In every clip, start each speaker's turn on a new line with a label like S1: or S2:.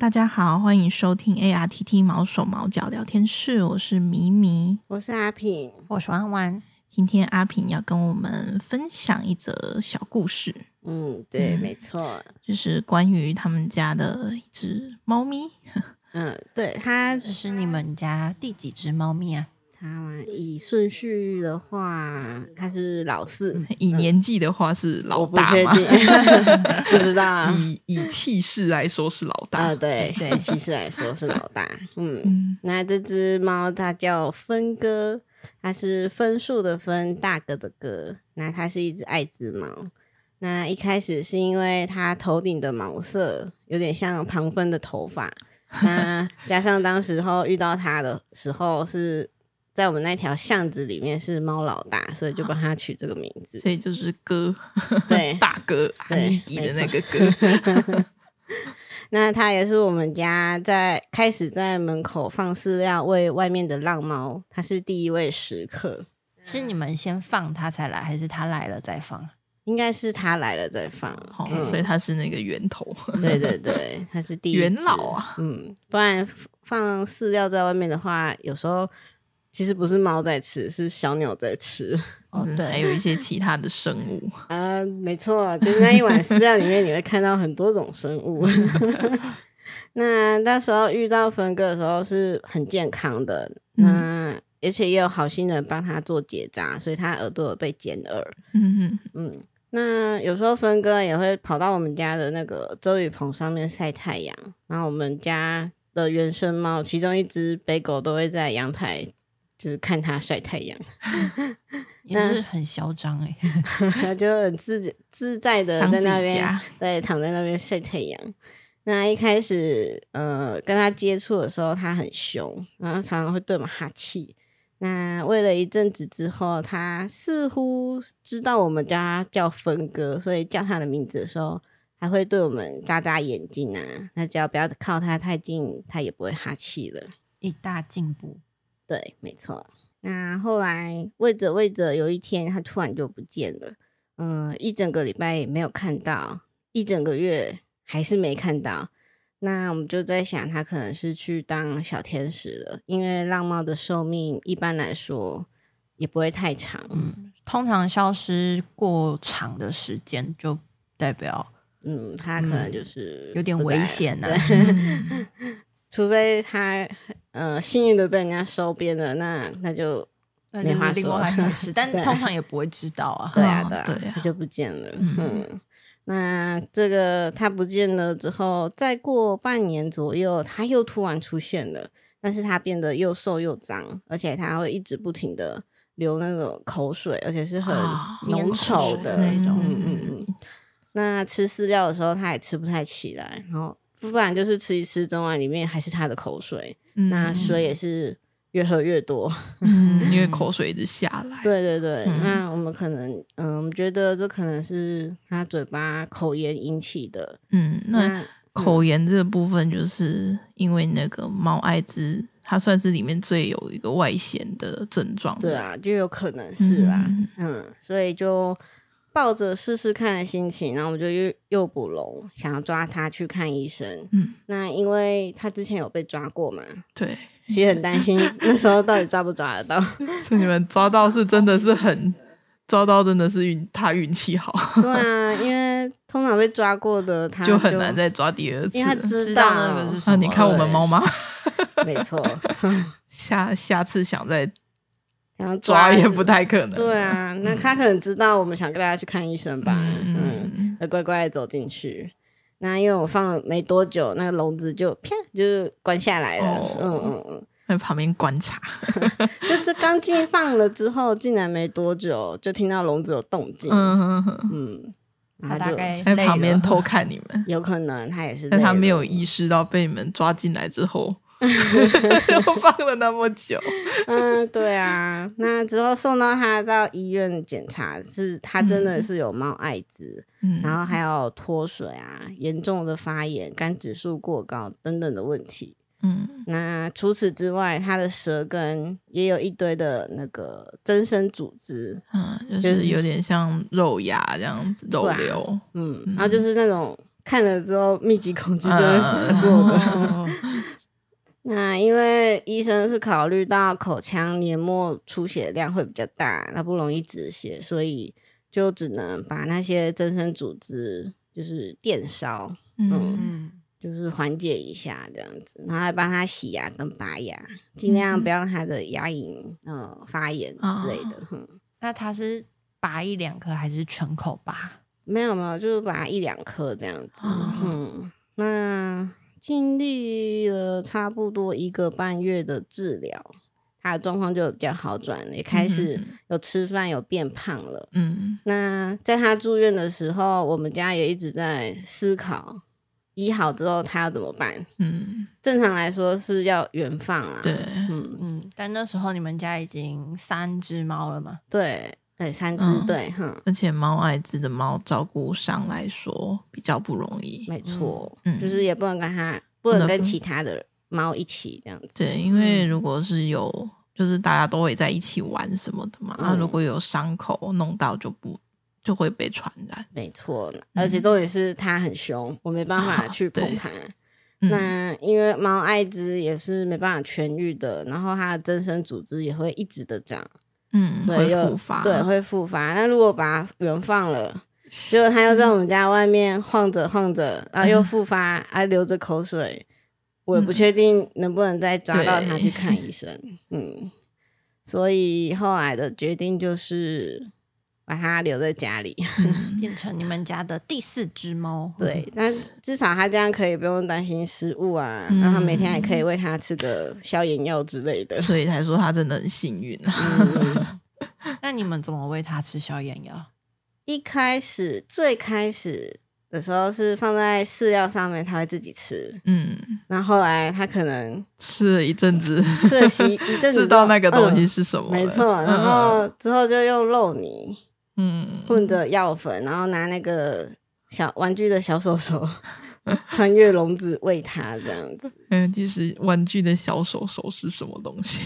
S1: 大家好，欢迎收听 ARTT 毛手毛脚聊天室，我是咪咪。
S2: 我是阿品，
S3: 我是弯弯，
S1: 今天阿平要跟我们分享一则小故事，
S2: 嗯，对，
S1: 嗯
S2: 没错，
S1: 就是关于他们家的一只猫咪。
S2: 嗯，对他
S3: 这是你们家第几只猫咪啊？
S2: 他们以顺序的话，他是老四，
S1: 以年纪的话是老
S2: 嗯我不
S1: 大
S2: 确
S1: 嘛，
S2: 定， 不知道啊，
S1: 以以气势来说是老大。
S2: 啊对
S3: 对
S2: 对，其实来说是老大，嗯，
S1: 嗯，
S2: 那这只猫它叫分哥，它是分数的分，大哥的哥，那它是一只爱滋猫。那一开始是因为它头顶的毛色有点像旁分的头发，那加上当时候遇到它的时候是在我们那条巷子里面是猫老大，所以就帮它取这个名 字。
S1: 所以就是哥，
S2: 对
S1: 大哥阿
S2: 对
S1: 尼迪的那个哥。
S2: 那它也是我们家在开始在门口放饲料喂外面的浪猫，它是第一位食客。
S3: 是你们先放它才来，还是它来了再放？
S2: 应该是他来了再放。
S1: 好，
S2: 嗯
S1: 哦所以他是那个源头。
S2: 对对对，他是第一
S1: 元
S2: 只
S1: 老啊。
S2: 嗯，不然放放饲料在外面的话，有时候其实不是猫在吃，是小鸟在 吃。
S3: 哦，
S1: 嗯还
S3: 对，
S1: 有一些其他的生物。
S2: 啊、没错，就是那一碗饲料里面，你会看到很多种生 物。那那时候遇到分割的时候是很健康的，
S1: 嗯
S2: 那、而且也有好心人帮他做结扎，所以他耳朵有被剪耳。
S1: 嗯
S2: 嗯，那有时候分哥也会跑到我们家的那个遮雨棚上面晒太阳，然后我们家的原生猫，其中一只北狗都会在阳台。就是看它晒太阳，
S3: 也是很嚣张哎。
S2: 它就很自自呃在的
S1: 当自
S2: 在
S1: 己
S2: 那边
S1: 家，
S2: 对，躺在那边晒太阳。那一开始，呃，跟它接触的时候，它很凶，然后常常会对我们哈气。那喂了一阵子之后，它似乎知道我们家叫分哥，所以叫它的名字的时候，还会对我们眨眨眼睛啊。那只要不要靠它太近，它也不会哈气了。
S3: 一大进步，
S2: 对，没错。那后来喂着喂着，有一天它突然就不见了，嗯、一整个礼拜也没有看到，一整个月还是没看到。那我们就在想，它可能是去当小天使了，因为浪猫的寿命一般来说也不会太长，
S3: 嗯，通常消失过长的时间就代表
S2: 嗯，它可能
S3: 嗯
S2: 就是
S3: 有点
S2: 不在
S3: 危
S2: 了
S3: 险啊呐、
S2: 对
S1: 嗯，
S2: 除非它呃幸运的被人家收编了，那那就
S3: 那
S2: 没
S3: 就
S2: 话
S3: 是另
S2: 说
S3: 外一回事，但
S2: 对
S3: 通常也不会知道啊。
S2: 对啊，
S1: 哦
S2: 对啊，
S1: 对啊
S2: 它就不见了。
S1: 嗯
S2: 嗯那这个它不见了之后，再过半年左右，它又突然出现了，但是它变得又瘦又脏，而且它会一直不停的流那种口水，而且是很
S1: 啊
S2: 浓
S3: 粘口
S2: 稠
S3: 水
S2: 的
S3: 那种
S2: 嗯嗯嗯。那吃饲料的时候，它也吃不太起来，然后不然就是吃一吃，整碗里面还是它的口水，
S1: 嗯
S2: 那水也是越喝越多。
S1: 嗯，因为口水一直下来。
S2: 对对对，
S1: 嗯
S2: 那我们可能，嗯，我们觉得这可能是他嘴巴口炎引起的。
S1: 嗯，那
S2: 那
S1: 口炎这部分，就是因为那个猫艾滋，它算是里面最有一个外显的症状。
S2: 对，啊，就有可能是啦、
S1: 嗯
S2: 嗯，所以就抱着试试看的心情，然后我们就又又捕龙，想要抓他去看医生。
S1: 嗯，
S2: 那因为他之前有被抓过嘛，
S1: 对，
S2: 其实很担 心那时候到底抓不抓得到。
S1: 所以你们抓到是真的是很抓到，真的是运他运气好，
S2: 对啊，因为通常被抓过的他
S1: 就很难再抓第二次
S2: 因为他
S1: 了。
S2: 知
S3: 知
S2: 道
S3: 道那个是什
S1: 那
S3: 么？
S1: 啊你看我们
S2: 对
S1: 猫妈
S2: 没 错，
S1: 下下次想再
S2: 然后
S1: 抓也
S2: 也
S1: 不太可能。
S2: 对，啊，那他可能知道我们想跟大家去看医生吧，嗯，
S1: 嗯，
S2: 就乖乖地走进去。那因为我放了没多久，那个笼子就啪就是关下来了，
S1: 哦
S2: 嗯嗯嗯，
S1: 在旁边观察。
S2: 就这刚进放了之后，竟然没多久就听到笼子有动静，嗯
S1: 嗯，嗯嗯
S2: 然
S3: 它
S2: 后
S3: 大
S2: 就
S3: 概
S1: 在
S3: 累
S1: 旁边
S3: 了
S1: 偷看你们。
S2: 有可能他也是，
S1: 但他没有，意识到被你们抓进来之后， 又放了那么久。
S2: 嗯，对啊，那之后送到他到医院检查，是他真的
S1: 嗯
S2: 是有猫艾滋，
S1: 嗯
S2: 然后还有脱水啊、严重的发炎、肝指数过高等等的问题。
S1: 嗯
S2: 那除此之外，它的舌根也有一堆的那个增生组织，
S1: 嗯，就是有点像肉芽这样子，肉瘤。
S2: 嗯，
S1: 嗯
S2: 然后就是那种看了之后密集恐惧症会发作的。
S3: 哦
S2: 那因为医生是考虑到口腔黏膜出血量会比较大，它不容易止血，所以就只能把那些增生组织就是电烧，
S1: 嗯，
S3: 嗯，
S2: 就是缓解一下这样子，然后还帮他洗牙跟拔牙，
S1: 嗯
S2: 尽量不要让他的牙龈呃发炎
S1: 哦
S2: 之类的。哼
S3: 那他是拔一两颗还是全口拔？
S2: 没有没有，就是拔一两颗这样子。
S1: 哦
S2: 嗯，那经历了差不多一个半月的治疗，他的状况就比较好转，也开始有吃饭，有变胖了。
S1: 嗯
S2: 那在他住院的时候，我们家也一直在思考，医好之后他要怎么办？
S1: 嗯，
S2: 正常来说是要原放啊。
S1: 对，，
S2: 嗯，
S3: 嗯，但那时候你们家已经三只猫了嘛？
S2: 对，对，三只、
S1: 嗯
S2: 对，哼，
S1: 而且猫艾滋的猫照顾上来说比较不容易，
S2: 没错，
S1: 嗯
S2: 就是也不能跟他，
S1: 不
S2: 不能
S1: 能
S2: 跟
S1: 分
S2: 其他的猫一起这样子。
S1: 对，因为
S2: 嗯
S1: 如果是有，就是大家都会在一起玩什么的嘛，那、
S2: 嗯
S1: 如果有伤口弄到就不就会被传染。
S2: 没错，
S1: 嗯
S2: 而且重点是它很凶，我没办法去碰它。
S1: 哦嗯、
S2: 那因为猫艾滋也是没办法痊愈的，然后它的增生组织也会一直的长，
S1: 嗯
S2: 对
S1: 会
S2: 又
S1: 复发，
S2: 对，会复发。那如果把它原放了，结果它又在我们家外面晃着晃着，然后又复发，还、流着口水，我也不确定能不能再抓到它
S1: 对
S2: 去看医生。嗯，所以后来的决定就是把它留在家里。
S3: 变成你们家的第四只猫。
S2: 对，但至少他这样可以不用担心食物啊，
S1: 嗯
S2: 然后每天还可以喂他吃个消炎药之类的。
S1: 所以才说他真的很幸运啊。
S2: 嗯、
S3: 那你们怎么喂它吃消炎药？
S2: 一开始最开始的时候是放在饲料上面，他会自己吃。
S1: 嗯，
S2: 然后后来他可能
S1: 吃了一阵子，
S2: 吃了习一阵子之后
S1: 知道那个东西
S2: 嗯
S1: 是什么了、
S2: 没错，然后之后就用肉泥
S1: 嗯，嗯
S2: 混着药粉，然后拿那个小玩具的小 手手穿越笼子喂它这样子。
S1: 嗯，其实玩具的小手手是什么东西？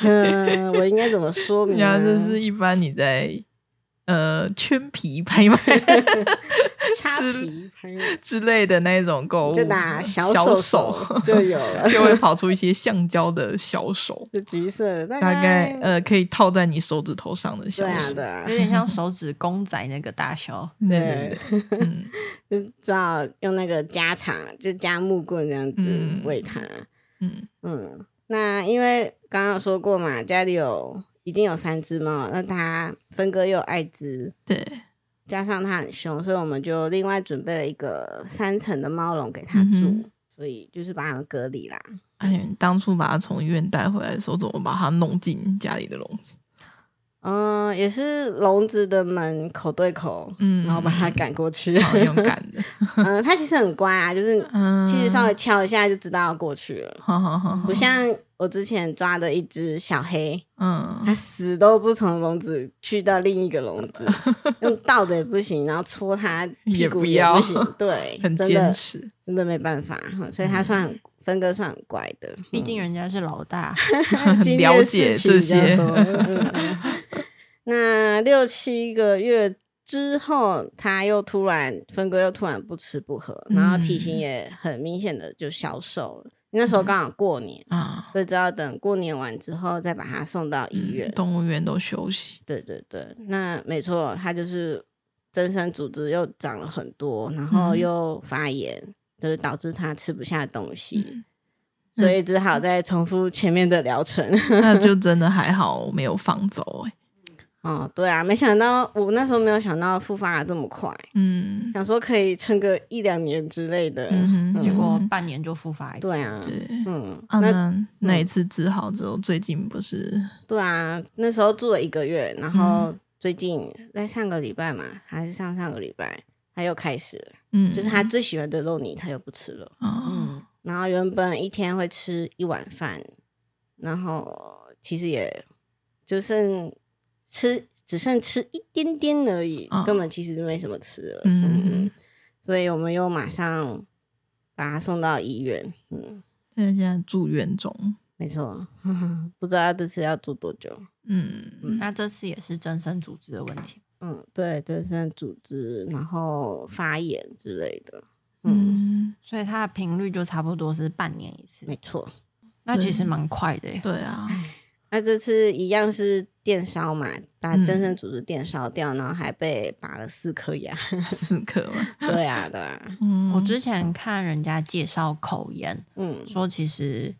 S2: 嗯，我应该怎么说明
S1: 呀，
S2: 呢？
S1: 这是一般你在呃圈皮拍卖
S2: 插
S1: 之
S2: 皮拍卖
S1: 之类的那种购物，
S2: 就拿小
S1: 哦手
S2: 手手就有了， ，
S1: 就会跑出一些橡胶的小手
S2: 就橘色的，大
S1: 大概
S2: 概
S1: 呃可以套在你手指头上的小
S2: 对啊
S1: 手。
S2: 对啊
S3: 有，点像手指公仔那个大小。
S1: 对对对，嗯
S2: 就只好用那个加长，就加木棍这样子
S1: 嗯
S2: 喂它。
S1: 嗯
S2: 嗯，那因为刚刚有说过嘛，家里有已经有三只猫了，那它分割又有艾滋。
S1: 对，
S2: 加上它很凶，所以我们就另外准备了一个三层的猫笼给它
S1: 嗯哼
S2: 住，所以就是把它们隔离啦。
S1: 哎呀，你当初把它从医院带回来的时候，怎么把它弄进家里的笼子？
S2: 嗯，也是笼子的门口对口，
S1: 嗯
S2: 然后把它赶过去。
S1: 好勇敢 的，
S2: 嗯，它其实很乖啊，就是
S1: 嗯，
S2: 其实稍微敲一下就知道要过去了，
S1: 好好好，好
S2: 不像我之前抓的一只小黑，
S1: 嗯
S2: 它死都不从笼子去到另一个笼 子，用倒的也不行，然后戳它屁
S1: 也
S2: 股
S1: 不
S2: 也
S1: 要
S2: 不行，对，
S1: 很
S2: 真的
S1: 坚持，嗯
S2: 真的没办法，哼所以它算很分割算很乖的，
S3: 毕竟人家是老大，
S1: 很
S2: 经历
S1: 了
S2: 的事
S1: 解
S2: 情
S1: 这
S2: 比较
S1: 些，
S2: 多。嗯嗯嗯那六七个月之后，他又突然分割，又突然不吃不喝，然后体型
S1: 嗯
S2: 也很明显的就消瘦了。那时候刚好过年，
S1: 啊，
S2: 所以只要等过年完之后再把他送到医院。
S1: 嗯动物园都休息，
S2: 对对对，那没错，他就是增生组织又长了很多，然后
S1: 嗯
S2: 又发炎，就是导致他吃不下东西
S1: 嗯，
S2: 所以只好再重复前面的疗程。
S1: 嗯那就真的还好没有放走，哎，
S2: 哦，对啊，没想到我那时候没有想到复发的这么快，
S1: 嗯
S2: 想说可以撑个一两年之类的。
S1: 嗯哼，
S3: 结果半年就复发一次。
S2: 对啊，
S1: 对。
S2: 嗯，
S1: 啊，
S2: 那
S1: 那那一次治好之后，最近不是
S2: 对啊，那时候住了一个月，然后
S1: 嗯
S2: 最近在上个礼拜嘛，还是上上个礼拜，他又开始了，
S1: 嗯，
S2: 就是他最喜欢的肉泥，他又不吃了。
S1: 啊，
S3: 嗯，
S2: 然后原本一天会吃一碗饭，然后其实也就剩吃只剩吃一点点而已，
S1: 嗯
S2: 根本其实就没什么吃了。
S1: 嗯
S2: 嗯，所以我们又马上把他送到医院。嗯，
S1: 现在现在住院中，
S2: 没错， 不知道他这次要住多久。
S1: 嗯，
S3: 那这次也是增生组织的问题。
S2: 嗯，对，增生组织，然后发炎之类的。
S3: 所以它的频率就差不多是半年一次，
S2: 没错。
S3: 那其实蛮快的耶。
S1: 对啊，
S2: 那这次一样是电烧嘛，把
S1: 嗯
S2: 增生组织电烧掉，然后还被拔了四颗牙。
S1: 四颗嘛。
S2: 对啊，对啊，
S1: 嗯，
S3: 我之前看人家介绍口炎，
S2: 嗯，
S3: 说其实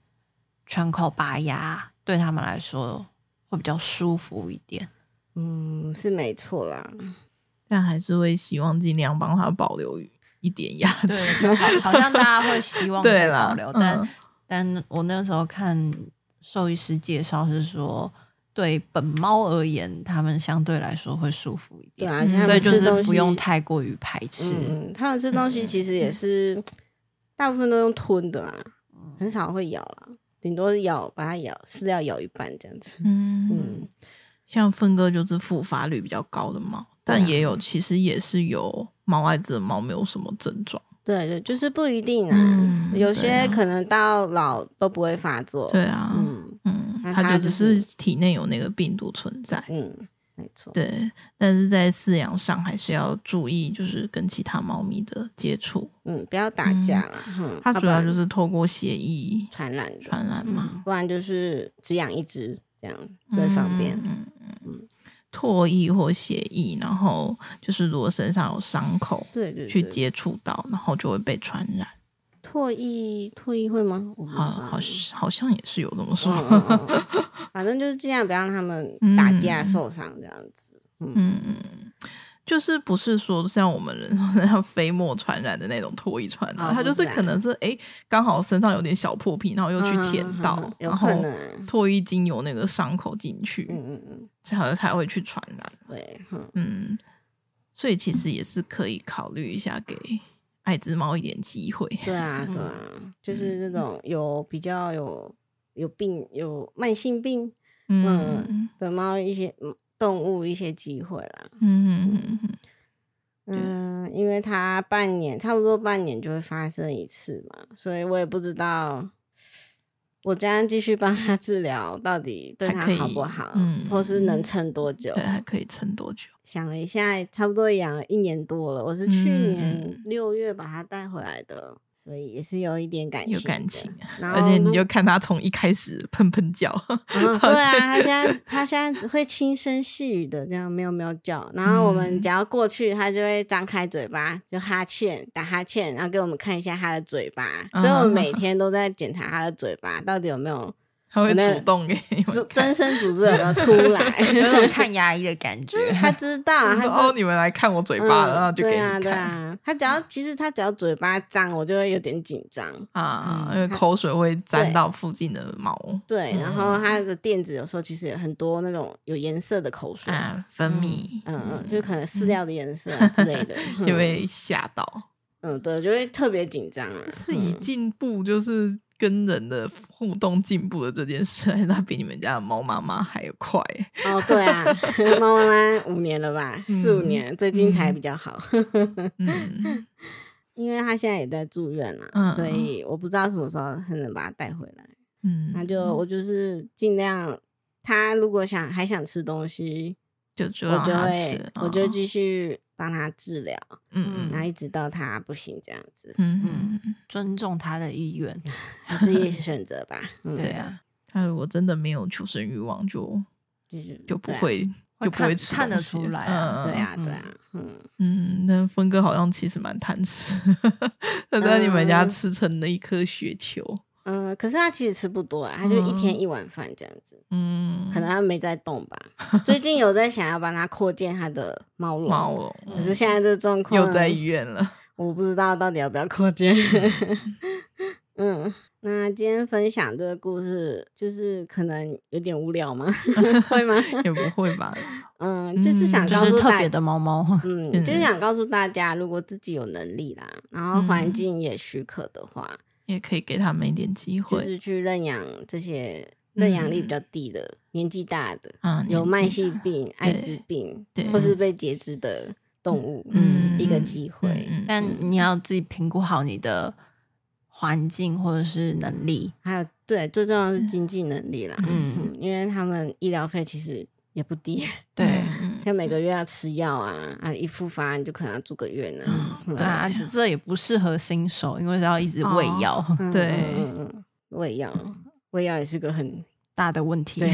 S3: 全口拔牙对他们来说会比较舒服一点。
S2: 嗯，是没错啦。
S1: 但还是会希望尽量帮他保留一点牙齿。
S3: 对，好好像大家会希 望
S1: 对
S3: 可以
S1: 啦
S3: 保留，
S1: 嗯
S3: 但、但我那时候看兽医师介绍是说，对本猫而言，它们相对来说会舒服一
S2: 对
S3: 点，
S2: 啊，
S1: 嗯
S2: 像他
S3: 所以
S2: 们
S3: 就
S2: 吃东
S3: 是
S2: 西
S3: 不用太过于排斥。
S2: 嗯，他们吃东西其实也是、大部分都用吞的啦，很少会咬啦，顶多是咬把它咬饲料咬一半这样子。
S1: 嗯
S2: 嗯，
S1: 像分割就是复发率比较高的猫，
S3: 啊
S1: 但也有其实也是有猫艾滋的猫没有什么症状。
S2: 对对，就是不一定啊，
S1: 嗯
S2: 有
S1: 对啊
S2: 些可能到老都不会发作。
S1: 对啊，
S2: 嗯
S1: 嗯，
S2: 那
S1: 它
S2: 它
S1: 就只
S2: 就是是
S1: 体内有那个病毒存在。
S2: 嗯，没错。
S1: 对，但是在饲养上还是要注意，就是跟其他猫咪的接触。
S2: 嗯，不要打架啦。嗯，
S1: 它主
S2: 要不
S1: 要
S2: 然
S1: 就是透过血液
S2: 传染的，
S1: 传染嘛，
S3: 嗯
S2: 不然就是只养一只这样最方便。
S1: 嗯嗯嗯，唾液或血液，然后就是如果身上有伤口
S2: 对对对，
S1: 去接触到，然后就会被传染。
S2: 唾液，唾液会吗？我不知道
S1: 好，好好像也是有这么说。
S2: 嗯嗯嗯嗯嗯反正就是尽量不要让他们打架
S1: 嗯
S2: 受伤这样子。
S1: 嗯，嗯，就是不是说像我们人说的像飞沫传染的那种唾液传染，
S2: 哦
S1: 它就是
S2: 不是啊
S1: 可能是哎刚好身上有点小破皮，然后又去舔到，
S2: 嗯嗯嗯嗯有
S1: 然
S2: 可
S1: 后
S2: 能啊。
S1: 唾液经由那个伤口进去，
S2: 嗯嗯嗯，
S1: 才才会去传染。
S2: 对，嗯
S1: 嗯，所以其实也是可以考虑一下给艾滋猫一点机会。
S2: 对啊，对啊，就是这种有比较有有病、有慢性病
S1: 嗯
S2: 的猫一些嗯动物一些机会啦。
S1: 嗯嗯嗯
S2: 嗯，因为它半年差不多半年就会发生一次嘛，所以我也不知道我这样继续帮它治疗到底对
S1: 还
S2: 它
S1: 可以
S2: 好不好，
S1: 嗯
S2: 或是能撑多久
S1: 对，。还可以撑多久？
S2: 想了一下，差不多养了一年多了，我是去
S1: 嗯
S2: 年六月把它带回来的，所以也是有一点感情，
S1: 有感情。，啊
S2: 然
S1: 而
S2: 后
S1: 且你
S2: 如
S1: 就看它从一开始砰砰叫，
S2: 嗯对啊，它现在它现在只会轻声细语的这样喵喵叫，然后我们
S1: 嗯
S2: 只要过去，它就会张开嘴巴就哈欠打哈欠，然后给我们看一下它的嘴巴，
S1: 嗯
S2: 所以我们每天都在检查它的嘴巴到底有没有
S1: 它会
S2: 我那
S1: 主动给你
S2: 增
S1: 们
S2: 增
S1: 看。
S2: 生组织有没有出
S3: 有一
S2: 来。
S3: 种看牙医的感觉。
S2: 它知道，啊它
S1: 说
S2: 知
S1: 哦，你们来看我嘴巴了，然后就给
S2: 对
S1: 你
S2: 啊对
S1: 看
S2: 啊，它 只要其实它只要嘴巴脏，我就会有点紧张。
S1: 啊，因
S3: 嗯
S1: 为口水会沾
S2: 对
S1: 到附近的毛
S2: 对，然后
S1: 嗯
S2: 它的垫子有时候其实有很多那种有颜色的口水，
S1: 啊，分泌
S2: 嗯嗯，就可能饲料的颜 色啊之类的，
S1: 就会吓到。
S2: 嗯，对，就会特别紧张啊。
S1: 是以进步就是跟人的互动进步的这件事，还是它比你们家的猫妈妈还要快？
S2: 哦，对啊，猫妈妈五年了吧，四五
S1: 嗯
S2: 年，最近才比较好，
S1: 嗯，
S2: 因为它现在也在住院了、
S1: 嗯
S2: 所以我不知道什么时候才能把它带回来。
S1: 嗯，
S2: 那就我就是尽量，它如果想还想吃东西，
S1: 就就
S2: 我
S1: 让
S2: 就
S1: 它吃
S2: 会，我就
S1: 哦
S2: 会继续帮它治疗，
S1: 嗯
S2: 然
S1: 嗯
S2: 后一直到它不行这样子，
S1: 嗯嗯，
S3: 尊重他的意愿，
S2: 它 自己选择吧。嗯，
S3: 对，啊，
S1: 它如果真的没有求生欲望，就
S2: 就是
S1: 就不
S2: 对啊
S1: 会
S3: 会
S1: 就不会
S3: 看
S1: 吃
S3: 看得
S1: 东西
S3: 出来
S1: 嗯嗯
S3: 啊
S2: 对
S1: 嗯
S2: 啊，
S3: 嗯
S2: 对啊，嗯，
S1: 嗯，那峰哥好像其实蛮贪吃，他在你们家吃成了一颗雪球。
S2: 嗯，可是它其实吃不多啊，它就一天一碗饭这样子，
S1: 嗯，
S2: 可能它没在动吧。最近有在想要帮它扩建它的猫笼，
S1: 猫笼嗯
S2: 可是现在这状况
S1: 又在医院了。
S2: 我不知道到底要不要扩建。 嗯，那今天分享这个故事，就是可能有点无聊吗？ 会吗？
S1: 也不会吧？
S2: 嗯，就是想
S3: 就
S2: 告
S3: 是
S2: 诉
S3: 特
S2: 大
S3: 别的猫猫。
S2: 嗯，
S1: 嗯
S2: 就是想告诉大家，如果自己有能力啦，然后环境也许可的话，
S1: 也可以给他们一点机
S2: 就
S1: 会。
S2: 是去认养这些认养力比较低的、年纪大的、
S1: 嗯，
S2: 有慢
S1: 年纪
S2: 性
S1: 大
S2: 病、艾滋病
S1: 对
S2: 或是被截肢的动物，
S3: 嗯
S2: 一个机会。
S1: 嗯嗯
S3: 但你要自己评估好你的环境或者是能力。
S2: 还有对，最重要的是经济能力啦，
S3: 嗯
S2: 嗯，因为他们医疗费其实也不低，
S3: 对
S1: 嗯
S2: 他每个月要吃药啊，啊，一复发你就可能要住个院呢、啊。嗯
S3: 对啊，这这也不适合新手，因为要一直喂药，
S2: 嗯
S1: 对
S2: 嗯嗯嗯胃药，胃药也是个很
S3: 大的问题。
S2: 对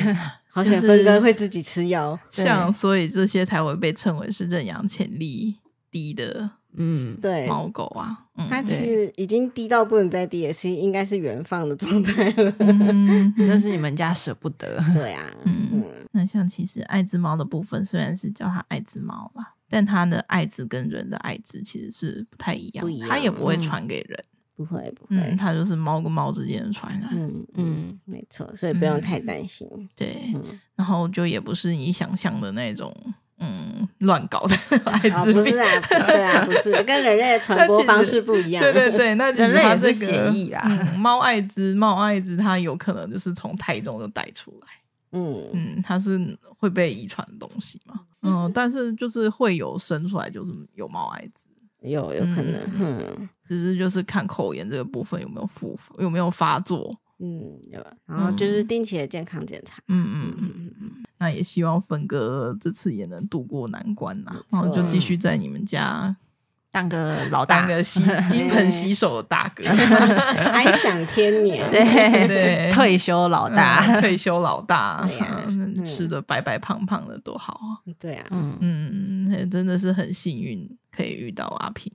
S2: 好
S1: 就
S2: 险，分
S1: 是
S2: 哥会自己吃药。
S3: 对
S1: 像所以这些才会被称为是认养潜力低的
S3: 嗯，
S2: 对，
S1: 猫狗啊。嗯，
S2: 它其
S3: 对
S2: 实已经低到不能再低，也是应该是原放的状态了。
S1: 嗯
S3: 那是你们家舍不得。
S2: 对啊，
S1: 嗯
S2: 嗯，
S1: 那像其实爱滋猫的部分，虽然是叫它爱滋猫啦，但它的艾滋跟人的艾滋其实是不太一样
S2: 不
S1: 的，
S2: 一样
S1: 它也不会
S3: 嗯
S1: 传给人。
S2: 不会不
S1: 嗯，
S2: 会，
S1: 它就是猫跟猫之间的传染。
S2: 嗯嗯，
S3: 嗯，
S2: 没错，所以不用太担心。
S1: 对，
S2: 嗯，
S1: 然后就也不是你想象的那种，嗯，乱搞的艾
S2: 哦，
S1: 滋
S2: 不
S1: 病
S2: 是。啊，对啊，不是，跟人类的传播方式不一样。
S1: 对对对，那
S3: 人类也是
S1: 其实它这个
S3: 血液啦
S1: 嗯猫艾滋，猫艾滋，它有可能就是从胎中就带出来。
S2: 嗯，
S1: 嗯，它是会被遗传的东西嘛。嗯，但是就是会有生出来就是有猫艾滋，
S2: 有有可能，嗯
S1: 只是就是看口炎这个部分有没有复有没有发作。
S2: 嗯，有。然后就是定期的健康检查。
S1: 嗯嗯嗯嗯，那也希望粉哥这次也能渡过难关啦，然后就继续在你们家
S3: 当个老
S1: 当
S3: 嗯大，
S1: 个洗 金盆洗手的大哥，
S2: 安享天年。
S3: 对
S1: 对
S3: 退休 老大
S1: 嗯，退休老大
S2: 对呀，
S1: 嗯吃的白白胖胖的多好啊。
S2: 对啊，
S3: 嗯
S1: 嗯，嘿真的是很幸运可以遇到阿平，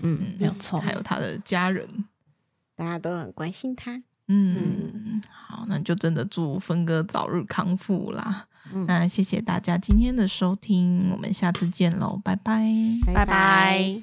S3: 嗯，没有错，
S1: 还有他的家人。
S2: 大家都很关心他。
S1: 嗯，好，那就真的祝峰哥早日康复啦。
S3: 嗯
S1: 那谢谢大家今天的收听，我们下次见喽，拜拜。
S3: 拜拜。